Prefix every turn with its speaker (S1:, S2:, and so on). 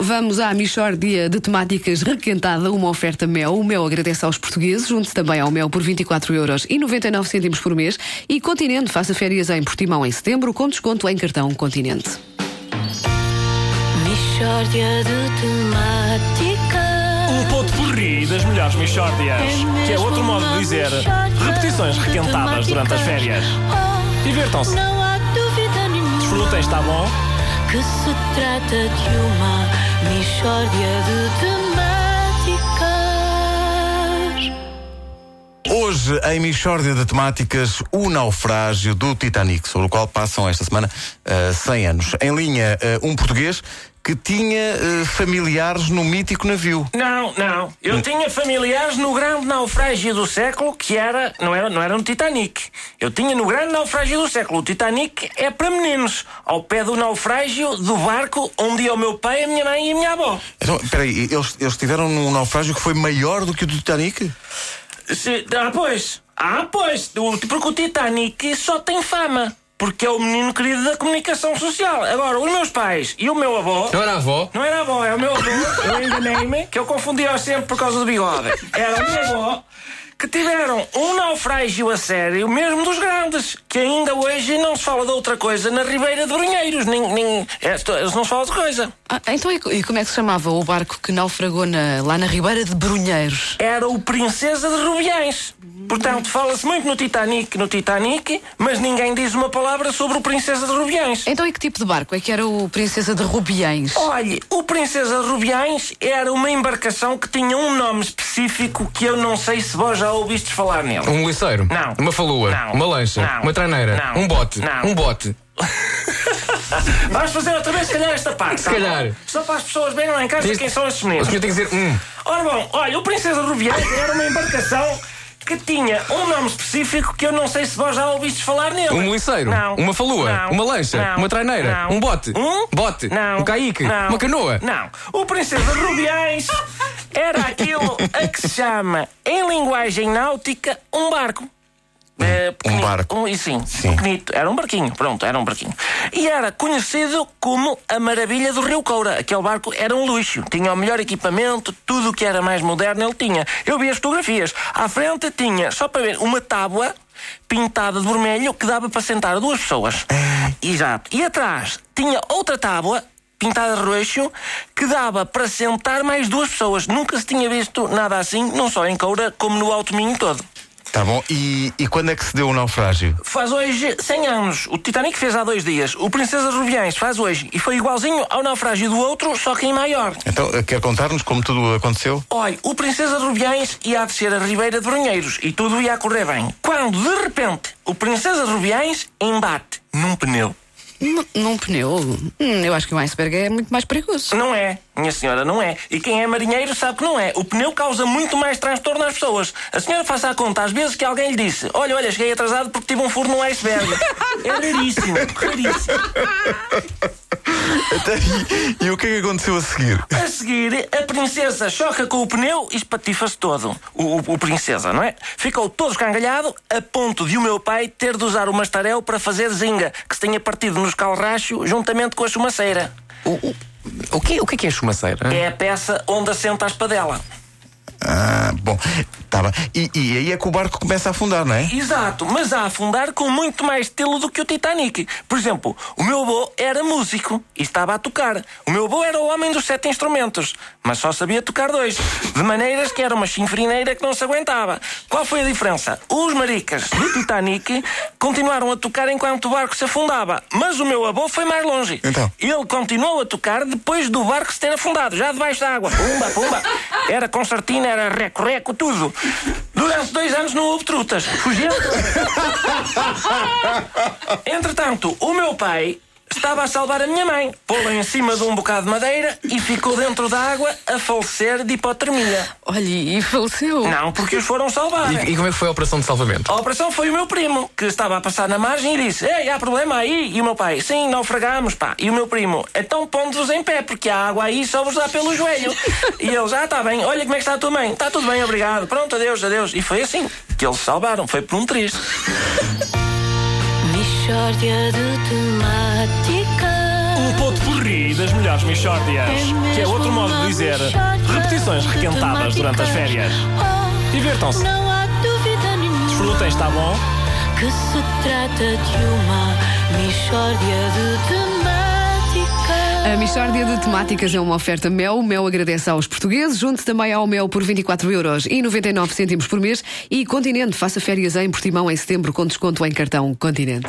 S1: vamos à Michórdia de temáticas requentada, uma oferta Mel. O Mel agradece aos portugueses, junte-se também ao Mel por 24,99€ por mês. E Continente, faça férias em Portimão em setembro, com desconto em cartão Continente.
S2: Mishória de
S3: O
S2: temáticas.
S3: Um ponto porri das melhores Michórdias, que é outro modo de dizer repetições requentadas durante as férias. Divirtam-se.
S2: Não há dúvida nenhuma
S3: Desfrutem, está tá bom?
S2: que se trata de uma Mishória de temáticas.
S4: Hoje, em Michórdia de Temáticas, o naufrágio do Titanic, sobre o qual passam esta semana ah, 100 anos. Em linha, ah, um português que tinha ah, familiares no mítico navio.
S5: Não, não. Eu tinha familiares no grande naufrágio do século, que era não, era. não era no Titanic. Eu tinha no grande naufrágio do século. O Titanic é para meninos, ao pé do naufrágio do barco onde ia o meu pai, a minha mãe e a minha avó.
S4: Então, peraí, eles, eles tiveram num naufrágio que foi maior do que o do Titanic?
S5: Se- ah, pois. Ah, pois. O- Porque o Titanic só tem fama. Porque é o menino querido da comunicação social. Agora, os meus pais e o meu avô.
S6: Não era avó?
S5: Não era avó, era o meu avô, eu enganei-me, que eu confundia sempre por causa do bigode. Era o meu avô que tiveram um naufrágio a sério, mesmo dos grandes, que ainda hoje não se fala de outra coisa na Ribeira de Brunheiros. Nem, nem, é, isto- eles não se falam de coisa.
S7: Ah, então, e, co- e como é que se chamava o barco que naufragou na- lá na Ribeira de Brunheiros?
S5: Era o Princesa de Rubiães. Portanto, fala-se muito no Titanic, no Titanic, mas ninguém diz uma palavra sobre o Princesa de Rubiães.
S7: Então, e que tipo de barco? É que era o Princesa de Rubiães?
S5: Olhe, o Princesa de Rubiães era uma embarcação que tinha um nome específico que eu não sei se vós já ouvistes falar nele.
S6: Um liceiro?
S5: Não.
S6: Uma falua?
S5: Não.
S6: Uma lancha?
S5: Não.
S6: Uma traneira?
S5: Não.
S6: Um bote?
S5: Não.
S6: Um bote?
S5: Vamos fazer outra vez, se calhar, esta parte. tá
S6: Se calhar.
S5: Só para as pessoas verem lá em casa
S6: Diz-
S5: quem são estes
S6: O
S5: meninos.
S6: senhor tem que dizer um.
S5: Ora bom, olha, o Princesa de Rubiães era uma embarcação que tinha um nome específico que eu não sei se vós já ouvistes falar nele.
S6: Um liceiro?
S5: Não.
S6: Uma falua?
S5: Não.
S6: Uma lancha?
S5: Não.
S6: Uma traineira?
S5: Não.
S6: Um bote?
S5: Um?
S6: Bote?
S5: Não.
S6: Um caique?
S5: Não.
S6: Uma canoa?
S5: Não. O Princesa de Rubiães era aquilo a que se chama, em linguagem náutica, um barco. Eh, pequenino.
S4: barco.
S5: Um, e sim, pequenito. Era um barquinho, pronto, era um barquinho. E era conhecido como a maravilha do Rio Coura. Aquele barco era um luxo. Tinha o melhor equipamento, tudo o que era mais moderno ele tinha. Eu vi as fotografias. À frente tinha, só para ver, uma tábua pintada de vermelho que dava para sentar duas pessoas. Exato. E atrás tinha outra tábua pintada de roxo que dava para sentar mais duas pessoas. Nunca se tinha visto nada assim, não só em Coura, como no Alto Minho todo.
S4: Tá bom. E, e quando é que se deu o naufrágio?
S5: Faz hoje 100 anos. O Titanic fez há dois dias. O Princesa dos Rubiães faz hoje. E foi igualzinho ao naufrágio do outro, só que em maior.
S4: Então, eh, quer contar-nos como tudo aconteceu?
S5: Olha, o Princesa dos Rubiães ia a descer a Ribeira de Brunheiros e tudo ia a correr bem. Quando, de repente, o Princesa dos Rubiães embate num pneu.
S7: N- Num pneu? Hum, eu acho que o iceberg é muito mais perigoso.
S5: Não é, minha senhora, não é. E quem é marinheiro sabe que não é. O pneu causa muito mais transtorno às pessoas. A senhora faça a conta às vezes que alguém lhe disse: Olha, olha, cheguei atrasado porque tive um furo no iceberg. É raríssimo, raríssimo.
S4: e, o que é que aconteceu a seguir?
S5: A seguir, a princesa choca com o pneu e espatifa-se todo. O, o- o princesa, não é? Ficou todo escangalhado a ponto de o meu pai ter de usar o mastarel para fazer zinga, que se tinha partido nos calracho juntamente com a chumaceira.
S6: O, o, o que, o que é que é chumaceira?
S5: É a peça onde assenta a espadela.
S4: Ah, bom, tá bem. E, e aí é que o barco começa a afundar, não é?
S5: Exato, mas a afundar com muito mais estilo do que o Titanic. Por exemplo, o meu avô era músico e estava a tocar. O meu avô era o homem dos sete instrumentos, mas só sabia tocar dois. De maneiras que era uma chinfrineira que não se aguentava. Qual foi a diferença? Os maricas do Titanic continuaram a tocar enquanto o barco se afundava, mas o meu avô foi mais longe.
S4: Então?
S5: Ele continuou a tocar depois do barco se ter afundado, já debaixo da água. Pumba, pumba. Era concertina, era reco-reco, tudo. Durante dois anos não houve trutas. Fugiu. Entretanto, o meu pai estava a salvar a minha mãe. Pô-la em cima de um bocado de madeira e ficou dentro da água a falecer de hipotermia.
S7: Olha, e faleceu.
S5: Não, porque os foram salvar.
S6: E, e como é que foi a operação de salvamento?
S5: A operação foi o meu primo, que estava a passar na margem e disse: Ei, há problema aí? E o meu pai: Sim, naufragamos, pá. E o meu primo: Então pondo-vos em pé, porque a água aí só vos dá pelo joelho. e ele: Ah, está bem, olha como é que está a tua mãe. Está tudo bem, obrigado. Pronto, adeus, adeus. E foi assim que eles salvaram. Foi por um triste.
S2: Mishória de temáticas.
S3: O Um ponto porri e das melhores Michórdias, que é outro modo de dizer repetições requentadas durante as férias. Divirtam-se.
S2: Oh, Não há dúvida nenhuma.
S3: Desfrutem, está tá bom?
S2: que se trata de uma mistória de temáticas.
S1: A Michórdia de Temáticas é uma oferta Mel. O Mel agradece aos portugueses. Junte também ao Mel por 24 euros e 99 cêntimos por mês. E Continente, faça férias em Portimão em setembro com desconto em cartão Continente.